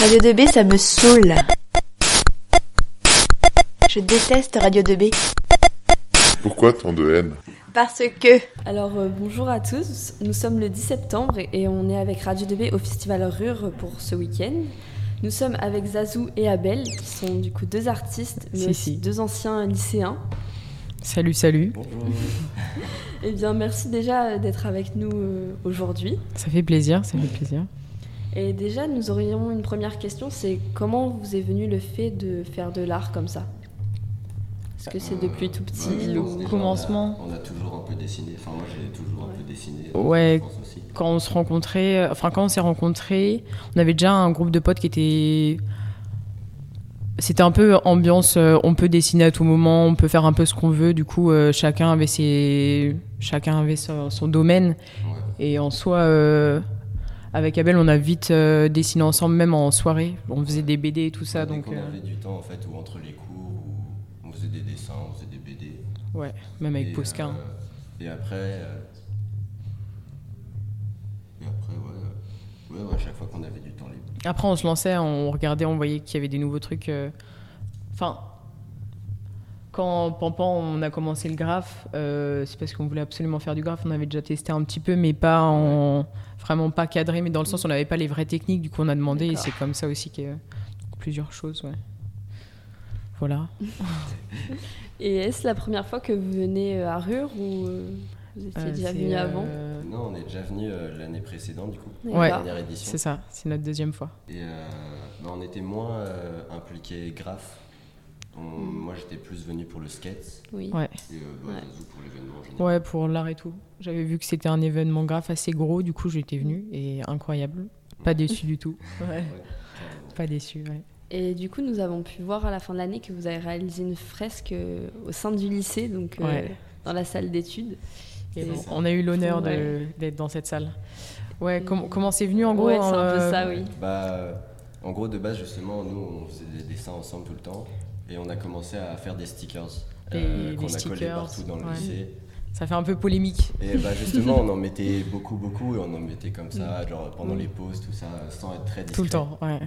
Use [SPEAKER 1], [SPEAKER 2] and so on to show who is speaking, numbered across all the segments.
[SPEAKER 1] Radio 2B, ça me saoule. Je déteste Radio 2B.
[SPEAKER 2] Pourquoi tant de haine
[SPEAKER 1] Parce que.
[SPEAKER 3] Alors euh, bonjour à tous, nous sommes le 10 septembre et- et on est avec Radio 2B au Festival Rure pour ce week-end. Nous sommes avec Zazou et Abel, qui sont du coup deux artistes, mais
[SPEAKER 4] Si,
[SPEAKER 3] aussi
[SPEAKER 4] si.
[SPEAKER 3] deux anciens lycéens.
[SPEAKER 4] Salut, salut.
[SPEAKER 3] Eh bien merci déjà euh, d'être avec nous euh, aujourd'hui.
[SPEAKER 4] Ça fait plaisir, ça fait plaisir.
[SPEAKER 3] Et déjà nous aurions une première question, c'est comment vous est venu le fait de faire de l'art comme ça Est-ce que c'est depuis tout
[SPEAKER 4] Euh,
[SPEAKER 3] petit ou-
[SPEAKER 5] Bah, je pense déjà,
[SPEAKER 4] commencement.
[SPEAKER 5] On a, on a toujours un peu dessiné. Enfin, moi, j'ai toujours un peu dessiné. euh,
[SPEAKER 4] Ouais.
[SPEAKER 5] Je pense aussi.
[SPEAKER 4] Quand on se rencontrait, euh, enfin quand on s'est rencontrés, on avait déjà un groupe de potes qui était. C'était un peu ambiance, euh, on peut dessiner à tout moment, on peut faire un peu ce qu'on veut. Du coup, euh, chacun avait ses, chacun avait son, son domaine. Et en soi, euh, avec Abel, on a vite euh, dessiné ensemble, même en soirée. On faisait des BD et tout ça,
[SPEAKER 5] Dès
[SPEAKER 4] donc
[SPEAKER 5] qu'on
[SPEAKER 4] euh,
[SPEAKER 5] avait du temps, en fait, ou entre les cours, où on faisait des dessins, on faisait des BD.
[SPEAKER 4] ouais, même avec
[SPEAKER 5] Et,
[SPEAKER 4] Posca. hein.
[SPEAKER 5] euh, et après. euh, et après, ouais. euh, Ouais, ouais, à chaque fois qu'on avait du temps libre.
[SPEAKER 4] Après, on se lançait, on regardait, on voyait qu'il y avait des nouveaux trucs. euh, Enfin, quand Pampan, on a commencé le graphe, euh, c'est parce qu'on voulait absolument faire du graphe. On avait déjà testé un petit peu, mais pas en vraiment pas cadré, mais dans le sens où on n'avait pas les vraies techniques. Du coup, on a demandé et
[SPEAKER 3] D'accord.
[SPEAKER 4] c'est comme ça aussi qu'il y a plusieurs choses. ouais. Voilà.
[SPEAKER 3] Et est-ce la première fois que vous venez euh, à Rure ou euh, vous étiez
[SPEAKER 4] Euh,
[SPEAKER 3] déjà
[SPEAKER 4] c'est,
[SPEAKER 3] venu
[SPEAKER 4] euh,
[SPEAKER 3] avant
[SPEAKER 5] Non, on est déjà venu euh, l'année précédente, du coup.
[SPEAKER 4] Ouais.
[SPEAKER 3] D'accord.
[SPEAKER 5] Dernière édition.
[SPEAKER 4] C'est ça, c'est notre deuxième fois.
[SPEAKER 5] Et euh, bah, on était moins euh, impliqués graphes. On- Moi, j'étais plus venu pour le skate.
[SPEAKER 3] Oui.
[SPEAKER 4] Ouais.
[SPEAKER 5] Et euh, bah,
[SPEAKER 3] Ouais.
[SPEAKER 5] Zazou pour l'événement en général.
[SPEAKER 4] Ouais, pour l'art et tout. J'avais vu que c'était un événement graphe assez gros, du coup j'étais venue et incroyable. Pas déçu du tout. Ouais. Pas déçu, ouais.
[SPEAKER 3] Et du coup, nous avons pu voir à la fin de l'année que vous avez réalisé une fresque euh, au sein du lycée, donc euh,
[SPEAKER 4] Ouais.
[SPEAKER 3] dans la salle d'études.
[SPEAKER 4] Et
[SPEAKER 3] Et
[SPEAKER 4] bon,
[SPEAKER 3] ça.
[SPEAKER 4] on a eu l'honneur de-
[SPEAKER 3] Ouais.
[SPEAKER 4] d'être dans cette salle. Ouais,
[SPEAKER 3] Mm.
[SPEAKER 4] com- comment c'est venu en gros
[SPEAKER 3] Ouais, c'est un peu
[SPEAKER 4] euh,
[SPEAKER 3] ça, oui.
[SPEAKER 5] Bah, euh, en gros, de base, justement, nous, on faisait des dessins ensemble tout le temps. Et on a commencé à faire des stickers euh,
[SPEAKER 4] Des-
[SPEAKER 5] qu'on
[SPEAKER 4] des
[SPEAKER 5] a collés
[SPEAKER 4] stickers,
[SPEAKER 5] partout dans le
[SPEAKER 4] ouais.
[SPEAKER 5] lycée.
[SPEAKER 4] Ça fait un peu polémique.
[SPEAKER 5] Et bah, justement, on en mettait beaucoup, beaucoup. Et on en mettait comme ça, genre pendant les pauses, tout ça, sans être très discret.
[SPEAKER 4] Mm. Tout le temps, ouais.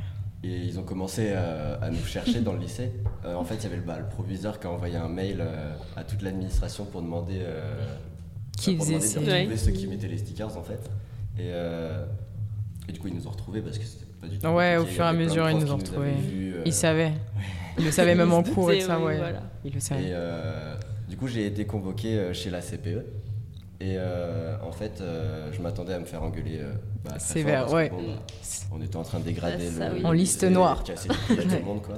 [SPEAKER 5] Et ils ont commencé euh, à nous chercher dans le lycée. Euh, en fait, il y avait le, bah, le proviseur qui a envoyé un mail euh, à toute l'administration pour demander. euh,
[SPEAKER 4] Qui
[SPEAKER 5] pour
[SPEAKER 4] faisait
[SPEAKER 5] demander de
[SPEAKER 4] ces-
[SPEAKER 5] retrouver
[SPEAKER 3] Ouais.
[SPEAKER 5] ceux qui mettaient les stickers, en fait. Et, euh, et du coup, ils nous ont retrouvés parce que c'était pas du tout.
[SPEAKER 4] Ouais,
[SPEAKER 5] compliqué.
[SPEAKER 4] au
[SPEAKER 5] Il y
[SPEAKER 4] fur et à
[SPEAKER 5] avait plein de
[SPEAKER 4] mesure, ils
[SPEAKER 5] profs
[SPEAKER 4] nous ont
[SPEAKER 5] qui
[SPEAKER 4] retrouvés.
[SPEAKER 5] avaient vus, euh,
[SPEAKER 4] Il savait. Il le savait même en cours et tout ça,
[SPEAKER 3] Oui,
[SPEAKER 4] ouais.
[SPEAKER 3] voilà.
[SPEAKER 4] Il le
[SPEAKER 5] Et
[SPEAKER 4] savait.
[SPEAKER 5] euh, du coup, j'ai été convoqué euh, chez la CPE. Et euh, en fait, euh, je m'attendais à me faire engueuler. euh, bah, très
[SPEAKER 4] Sévère,
[SPEAKER 5] fort, parce que,
[SPEAKER 4] ouais.
[SPEAKER 5] bon, bah, on était en train de dégrader
[SPEAKER 3] Ah, Mm. ça,
[SPEAKER 5] le,
[SPEAKER 3] oui.
[SPEAKER 5] le
[SPEAKER 4] En liste
[SPEAKER 5] lycée,
[SPEAKER 4] noire.
[SPEAKER 5] casser les couilles à tout le monde, quoi.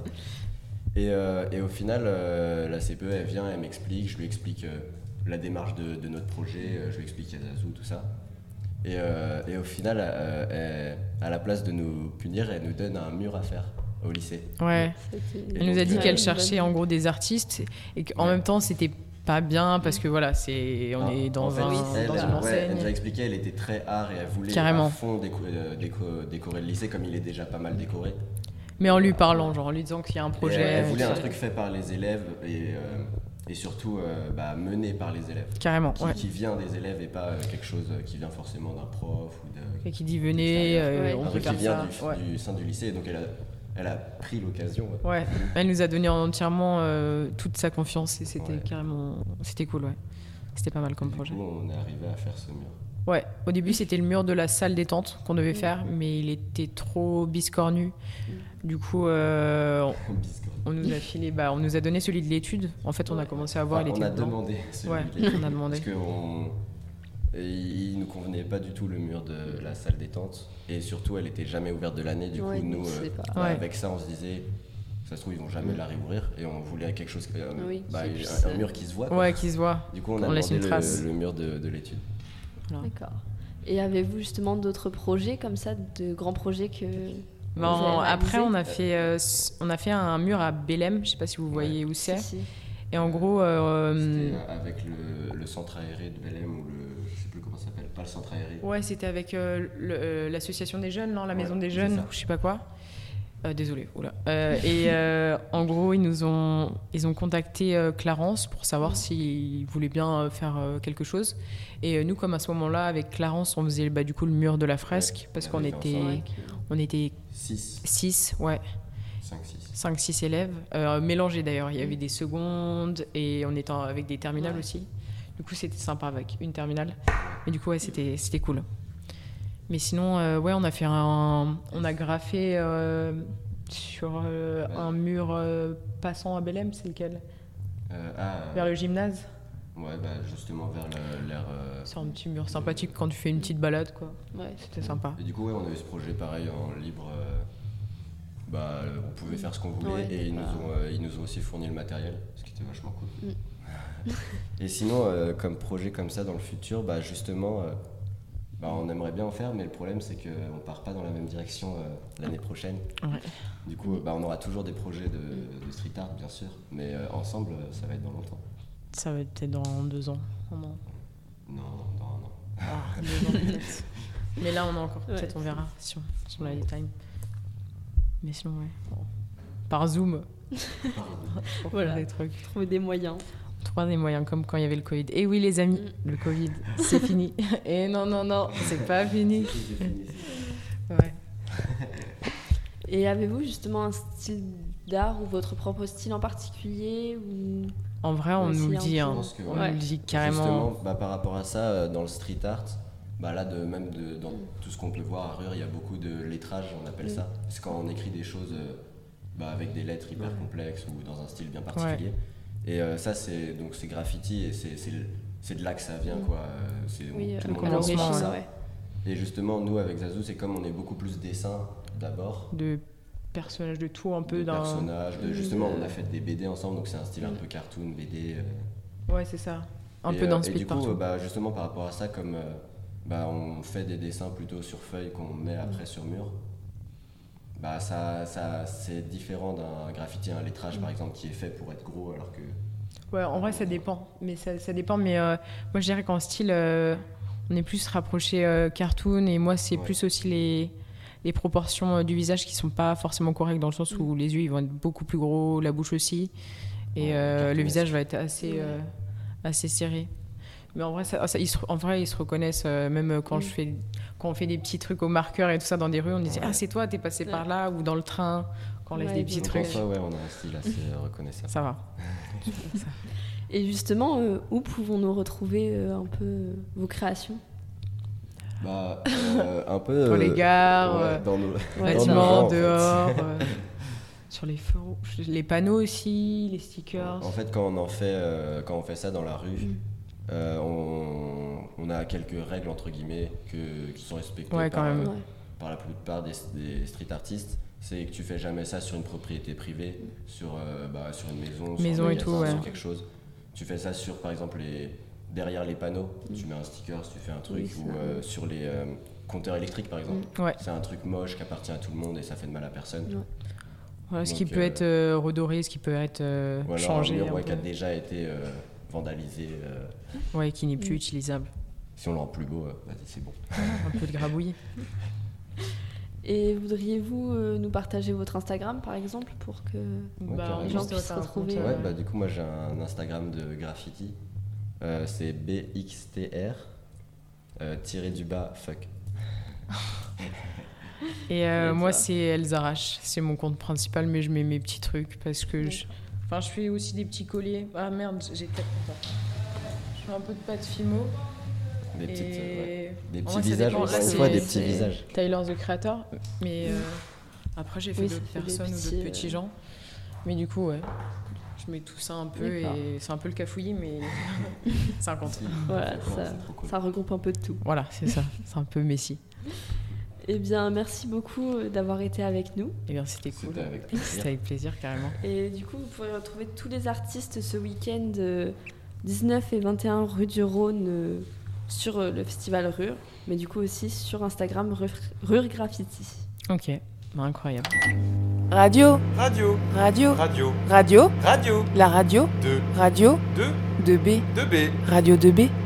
[SPEAKER 5] Et, euh, et au final, euh, la CPE, elle vient, elle m'explique, je lui explique euh, la démarche de, de notre projet, euh, je lui explique Yazazou, tout ça. Et, euh, et au final, euh, elle- à la place de nous punir, elle nous donne un mur à faire au lycée.
[SPEAKER 4] Ouais.
[SPEAKER 5] euh,
[SPEAKER 3] C'était-
[SPEAKER 4] Elle nous a dit
[SPEAKER 3] Ouais,
[SPEAKER 4] qu'elle
[SPEAKER 3] une
[SPEAKER 4] cherchait
[SPEAKER 3] bonne-
[SPEAKER 4] en gros des artistes et qu'en
[SPEAKER 5] Ouais.
[SPEAKER 4] même temps c'était pas bien parce que voilà, c'est on
[SPEAKER 5] Ah,
[SPEAKER 4] est dans,
[SPEAKER 5] en fait,
[SPEAKER 4] un- dans une
[SPEAKER 5] elle, elle- ouais, Elle nous a
[SPEAKER 4] enseigne.
[SPEAKER 5] expliqué, elle était très art et elle voulait
[SPEAKER 4] Carrément.
[SPEAKER 5] à fond déco- euh, déco- décorer le lycée comme il est déjà pas mal décoré.
[SPEAKER 4] Mais en lui parlant, genre en lui disant qu'il y a un
[SPEAKER 5] Et,
[SPEAKER 4] projet.
[SPEAKER 5] euh, elle voulait
[SPEAKER 4] euh,
[SPEAKER 5] un truc fait par les élèves et, euh, et surtout euh, bah, mené par les élèves.
[SPEAKER 4] Carrément,
[SPEAKER 5] Qui,
[SPEAKER 4] ouais.
[SPEAKER 5] qui vient des élèves et pas euh, quelque chose euh, qui vient forcément d'un prof ou de.
[SPEAKER 4] Et qui dit venez, euh,
[SPEAKER 3] Ouais.
[SPEAKER 4] on
[SPEAKER 5] Un
[SPEAKER 4] peut
[SPEAKER 5] truc qui
[SPEAKER 4] faire
[SPEAKER 5] vient
[SPEAKER 4] ça.
[SPEAKER 5] du,
[SPEAKER 4] Ouais.
[SPEAKER 5] du sein du lycée. Donc elle a, elle a pris l'occasion. ouais.
[SPEAKER 4] Ouais, elle nous a donné entièrement euh, toute sa confiance et c'était
[SPEAKER 5] Ouais.
[SPEAKER 4] carrément. C'était cool, ouais. C'était pas mal comme
[SPEAKER 5] Du
[SPEAKER 4] projet.
[SPEAKER 5] coup, on est arrivé à faire ce mur.
[SPEAKER 4] Ouais, au début c'était le mur de la salle détente qu'on devait faire, mais il était trop biscornu. Du coup, euh,
[SPEAKER 5] Biscotte.
[SPEAKER 4] on nous a filé, bah, on nous a donné celui de l'étude. En fait, on a commencé à voir,
[SPEAKER 5] Enfin,
[SPEAKER 4] il
[SPEAKER 5] Ah, on
[SPEAKER 4] était
[SPEAKER 5] a
[SPEAKER 4] blanc.
[SPEAKER 5] demandé celui
[SPEAKER 4] Ouais,
[SPEAKER 5] de l'été,
[SPEAKER 4] on a demandé.
[SPEAKER 5] Parce qu'on. Il il nous convenait pas du tout le mur de la salle détente. Et surtout, elle était jamais ouverte de l'année. Du
[SPEAKER 3] Ouais,
[SPEAKER 5] coup, nous,
[SPEAKER 3] on sait pas.
[SPEAKER 5] bah,
[SPEAKER 4] Ouais.
[SPEAKER 5] avec ça, on se disait, ça se trouve, ils vont jamais la réouvrir. Et on voulait quelque chose. que- un-
[SPEAKER 3] Mm. Oui,
[SPEAKER 5] bah,
[SPEAKER 3] qui
[SPEAKER 5] un-
[SPEAKER 3] puisse,
[SPEAKER 5] un,
[SPEAKER 3] euh,
[SPEAKER 5] mur qui se voit. quoi.
[SPEAKER 4] Ouais, qui se voit.
[SPEAKER 5] Du coup, on a
[SPEAKER 4] qu'on laisse
[SPEAKER 5] demandé
[SPEAKER 4] une trace.
[SPEAKER 5] le, le mur de, de l'étude.
[SPEAKER 3] D'accord. Et avez-vous justement d'autres projets comme ça, de grands projets que. Vous
[SPEAKER 4] Bon,
[SPEAKER 3] avez
[SPEAKER 4] Ben,
[SPEAKER 3] réalisé
[SPEAKER 4] après, on a fait, euh, s- on a fait un mur à Belém. Je sais pas si vous voyez où c'est.
[SPEAKER 3] Si, si.
[SPEAKER 4] Et en gros, euh,
[SPEAKER 5] C'était avec le, le centre aéré de Belém, ou le. Je sais plus comment ça s'appelle, pas le centre aéré.
[SPEAKER 4] Ouais, c'était avec euh, le- euh, l'association des jeunes, non, la
[SPEAKER 5] Ouais,
[SPEAKER 4] maison des
[SPEAKER 5] c'est
[SPEAKER 4] jeunes,
[SPEAKER 5] ça.
[SPEAKER 4] ou je sais pas quoi. Euh, désolé, oula. Euh, et euh, en gros, ils nous ont, ils ont contacté euh, Clarence pour savoir s'il voulait bien euh, faire euh, quelque chose. Et euh, nous, comme à ce moment-là, avec Clarence, on faisait bah, du coup le mur de la fresque parce
[SPEAKER 5] on
[SPEAKER 4] qu'on
[SPEAKER 5] avait fait
[SPEAKER 4] était,
[SPEAKER 5] ensemble.
[SPEAKER 3] Ouais, que-
[SPEAKER 4] On était
[SPEAKER 5] 6,
[SPEAKER 4] 6, ouais,
[SPEAKER 5] 5, 6.
[SPEAKER 4] 5-6 élèves, euh, mélangés d'ailleurs. Il y avait des secondes et on était en- avec des terminales aussi. Du coup, c'était sympa avec une terminale. Mais du coup, ouais, c'était c'était cool. Mais sinon, euh, ouais, on a fait un. On a graffé euh, sur euh, un mur euh, passant à Belém, c'est lequel
[SPEAKER 5] ah,
[SPEAKER 4] Vers le gymnase.
[SPEAKER 5] ouais, bah, justement vers le- l'air. euh,
[SPEAKER 4] C'est un petit mur sympathique quand tu fais une petite balade, quoi.
[SPEAKER 3] Ouais.
[SPEAKER 4] C'était sympa.
[SPEAKER 5] Et du coup, ouais, on a eu ce projet pareil en libre. euh, bah, euh, on pouvait faire ce qu'on voulait
[SPEAKER 3] Ouais,
[SPEAKER 5] et ils nous,
[SPEAKER 3] bah.
[SPEAKER 5] ont, euh, ils nous ont aussi fourni le matériel, ce qui était vachement cool.
[SPEAKER 3] Mm.
[SPEAKER 5] et sinon, euh, comme projet comme ça dans le futur, bah, justement, euh, bah, on aimerait bien en faire, mais le problème c'est qu'on part pas dans la même direction euh, l'année prochaine.
[SPEAKER 4] Ouais.
[SPEAKER 5] Du coup, euh, bah, on aura toujours des projets de, de street art, bien sûr, mais euh, ensemble, euh, ça va être dans longtemps.
[SPEAKER 4] Ça va être peut-être dans deux ans. un an.
[SPEAKER 5] Non, non, dans un an.
[SPEAKER 4] Ah, deux ans peut-être. Mais là, on a encore.
[SPEAKER 3] Ouais,
[SPEAKER 4] Peut-être on verra si on, si on a les times. Mais sinon, ouais. Bon. Par Zoom. Pour
[SPEAKER 3] Voilà.
[SPEAKER 4] faire des trucs.
[SPEAKER 3] Trouver des moyens.
[SPEAKER 4] Trois des moyens, comme quand il y avait le Covid. Et oui, les amis, le Covid, c'est fini. Et non, non, non, c'est pas fini. Ouais.
[SPEAKER 3] Et avez-vous justement un style d'art ou votre propre style en particulier ou...
[SPEAKER 4] En vrai, on
[SPEAKER 3] Ouais,
[SPEAKER 4] nous
[SPEAKER 3] c'est
[SPEAKER 4] le
[SPEAKER 3] un
[SPEAKER 4] dit.
[SPEAKER 3] peu-
[SPEAKER 4] hein.
[SPEAKER 5] Je pense que,
[SPEAKER 4] On
[SPEAKER 5] ouais.
[SPEAKER 4] nous le dit carrément. hein.
[SPEAKER 5] Justement, bah, par rapport à ça, euh, dans le street art, bah, là, de, même de, dans tout ce qu'on peut voir à Rure, il y a beaucoup de lettrage, on appelle
[SPEAKER 4] Mm.
[SPEAKER 5] ça. C'est quand on écrit des choses euh, bah, avec des lettres hyper complexes ou dans un style bien particulier. Et euh, ça, c'est donc c'est graffiti et c'est- c'est le- c'est de là que ça vient, quoi. Euh, c'est- on-
[SPEAKER 3] Oui,
[SPEAKER 5] tout
[SPEAKER 3] euh,
[SPEAKER 4] le
[SPEAKER 5] le monde pense
[SPEAKER 4] commencement,
[SPEAKER 5] à
[SPEAKER 3] l'origine,
[SPEAKER 5] ça.
[SPEAKER 3] ouais.
[SPEAKER 5] Et justement, nous, avec Zazu, c'est comme on est beaucoup plus dessin d'abord.
[SPEAKER 4] De personnages de tout, un peu
[SPEAKER 5] de
[SPEAKER 4] dans. Mm.
[SPEAKER 5] personnages, de- justement, on a fait des BD ensemble, donc c'est un style un peu cartoon, BD. euh,
[SPEAKER 4] Ouais, c'est ça. Un
[SPEAKER 5] et,
[SPEAKER 4] peu
[SPEAKER 5] euh,
[SPEAKER 4] dans
[SPEAKER 5] et
[SPEAKER 4] Speed
[SPEAKER 5] du coup,
[SPEAKER 4] partout.
[SPEAKER 5] euh, bah, justement par rapport à ça, comme euh, bah, on fait des dessins plutôt sur feuille qu'on met après sur mur, bah, ça, ça, c'est différent d'un graffiti, un lettrage par exemple qui est fait pour être gros alors que.
[SPEAKER 4] Ouais, en vrai, ça dépend. Mais ça, ça dépend. Mais euh, moi, je dirais qu'en style, euh, on est plus rapproché euh, cartoon. Et moi, c'est
[SPEAKER 5] Ouais.
[SPEAKER 4] plus aussi les, les proportions euh, du visage qui sont pas forcément correctes dans le sens où les yeux, ils vont être beaucoup plus gros, la bouche aussi. Et
[SPEAKER 5] Mm. Ouais,
[SPEAKER 4] euh, le
[SPEAKER 5] cartoonesque.
[SPEAKER 4] visage va être assez, euh, assez serré. Mais en vrai, ça, ça- ils, se, en vrai ils se reconnaissent. euh, même
[SPEAKER 3] Mm.
[SPEAKER 4] quand, je fais, quand on fait des petits trucs au marqueur et tout ça dans des rues, on dit
[SPEAKER 5] Ouais.
[SPEAKER 4] Ah, c'est toi, t'es passé
[SPEAKER 3] Ouais.
[SPEAKER 4] par là. Ou dans le train, quand on laisse
[SPEAKER 3] Ouais,
[SPEAKER 4] des
[SPEAKER 3] ils
[SPEAKER 4] petits
[SPEAKER 5] Donc,
[SPEAKER 3] vont
[SPEAKER 5] en
[SPEAKER 4] trucs.
[SPEAKER 5] soi, ouais, on a un style assez euh, reconnaissable.
[SPEAKER 4] Ça va.
[SPEAKER 3] Et justement, euh, où pouvons-nous retrouver euh, un peu euh, vos créations
[SPEAKER 5] Bah, euh, un peu.
[SPEAKER 4] Dans les
[SPEAKER 5] euh,
[SPEAKER 4] gares,
[SPEAKER 5] ouais,
[SPEAKER 4] euh,
[SPEAKER 5] dans nos.
[SPEAKER 3] Ouais,
[SPEAKER 5] dans nos
[SPEAKER 4] bâtiments,
[SPEAKER 5] gens, en fait.
[SPEAKER 4] dehors, euh, sur les feux rouges, les panneaux aussi, les stickers.
[SPEAKER 5] En fait, quand on en fait, euh, quand on fait ça dans la rue,
[SPEAKER 4] Mm.
[SPEAKER 5] euh, on, on a quelques règles entre guillemets que, qui sont respectées
[SPEAKER 4] Ouais, quand
[SPEAKER 5] par,
[SPEAKER 4] même.
[SPEAKER 5] euh, par la plupart des, des street artistes. C'est que tu fais jamais ça sur une propriété privée, sur, euh, bah, sur une maison, sur,
[SPEAKER 4] Maison
[SPEAKER 5] un
[SPEAKER 4] et
[SPEAKER 5] magasin,
[SPEAKER 4] tout, ouais.
[SPEAKER 5] sur quelque chose. Tu fais ça sur, par exemple, les, derrière les panneaux.
[SPEAKER 4] Mm.
[SPEAKER 5] Tu mets un sticker, tu fais un truc,
[SPEAKER 3] Oui, ça,
[SPEAKER 5] ou euh, sur les euh, compteurs électriques, par exemple.
[SPEAKER 4] Mm. Ouais,
[SPEAKER 5] C'est un truc moche qui appartient à tout le monde et ça fait de mal à personne.
[SPEAKER 3] Ouais.
[SPEAKER 4] voilà, ce
[SPEAKER 5] Donc,
[SPEAKER 4] qui peut
[SPEAKER 5] euh,
[SPEAKER 4] être euh, redoré, ce qui peut être euh,
[SPEAKER 5] Ou alors
[SPEAKER 4] changé,
[SPEAKER 5] un mur
[SPEAKER 4] un
[SPEAKER 5] ouais,
[SPEAKER 4] peu.
[SPEAKER 5] qui a déjà été euh, vandalisé. euh,
[SPEAKER 4] Ouais, qui n'est plus utilisable.
[SPEAKER 5] si on le rend plus beau, euh, vas-y, c'est bon.
[SPEAKER 4] Un peu de grabouille.
[SPEAKER 3] Et voudriez-vous euh, nous partager votre Instagram, par exemple, pour que...
[SPEAKER 5] Ouais, Bah,
[SPEAKER 3] les gens puissent retrouver,
[SPEAKER 5] Ouais,
[SPEAKER 3] euh,
[SPEAKER 5] bah, du coup, moi j'ai un Instagram de graffiti. Euh, c'est BXTR euh, tiré du bas fuck.
[SPEAKER 4] Et euh,
[SPEAKER 3] Ouais,
[SPEAKER 4] moi,
[SPEAKER 3] ça.
[SPEAKER 4] c'est Elzarache, c'est mon compte principal, mais je mets mes petits trucs parce que
[SPEAKER 3] Ouais.
[SPEAKER 4] je. Enfin, je fais aussi des petits colliers. Ah merde, j'ai peut-être. attends. Je fais un peu de pâte fimo.
[SPEAKER 5] Des, petites, euh, ouais.
[SPEAKER 4] et...
[SPEAKER 5] des
[SPEAKER 4] En
[SPEAKER 5] petits
[SPEAKER 4] vrai, ça
[SPEAKER 5] visages,
[SPEAKER 4] dépend.
[SPEAKER 5] encore
[SPEAKER 4] Là,
[SPEAKER 5] une
[SPEAKER 4] c'est-
[SPEAKER 5] fois, des petits
[SPEAKER 4] c'est
[SPEAKER 5] visages.
[SPEAKER 4] Tyler the Creator, mais euh, après j'ai fait
[SPEAKER 3] Oui, ça
[SPEAKER 4] d'autres
[SPEAKER 3] fait des
[SPEAKER 4] personnes ou
[SPEAKER 3] petits,
[SPEAKER 4] d'autres petits
[SPEAKER 3] euh,
[SPEAKER 4] gens. Mais du coup, ouais, je mets tout ça un peu
[SPEAKER 3] D'accord.
[SPEAKER 4] et c'est un peu le cafouillis, mais c'est un compte.
[SPEAKER 3] Voilà,
[SPEAKER 5] Exactement,
[SPEAKER 3] ça,
[SPEAKER 5] c'est trop cool.
[SPEAKER 3] ça regroupe un peu de tout.
[SPEAKER 4] Voilà, c'est ça, c'est un peu Messi.
[SPEAKER 3] Eh bien, merci beaucoup euh, d'avoir été avec nous.
[SPEAKER 4] Et Eh bien, c'était cool.
[SPEAKER 5] C'était avec
[SPEAKER 4] C'était
[SPEAKER 5] plaisir.
[SPEAKER 4] avec plaisir, carrément.
[SPEAKER 3] Et du coup, vous pourrez retrouver tous les artistes ce week-end euh, 19 et 21 rue du Rhône euh, sur euh, le festival Rure, mais du coup aussi sur Instagram Rure, Rure Graffiti.
[SPEAKER 4] Ok, bah, incroyable.
[SPEAKER 6] Radio,
[SPEAKER 7] Radio,
[SPEAKER 6] radio,
[SPEAKER 7] radio,
[SPEAKER 6] radio,
[SPEAKER 7] radio,
[SPEAKER 6] la radio,
[SPEAKER 7] 2,
[SPEAKER 6] radio
[SPEAKER 7] 2,
[SPEAKER 6] 2B,
[SPEAKER 7] 2B,
[SPEAKER 6] radio 2B.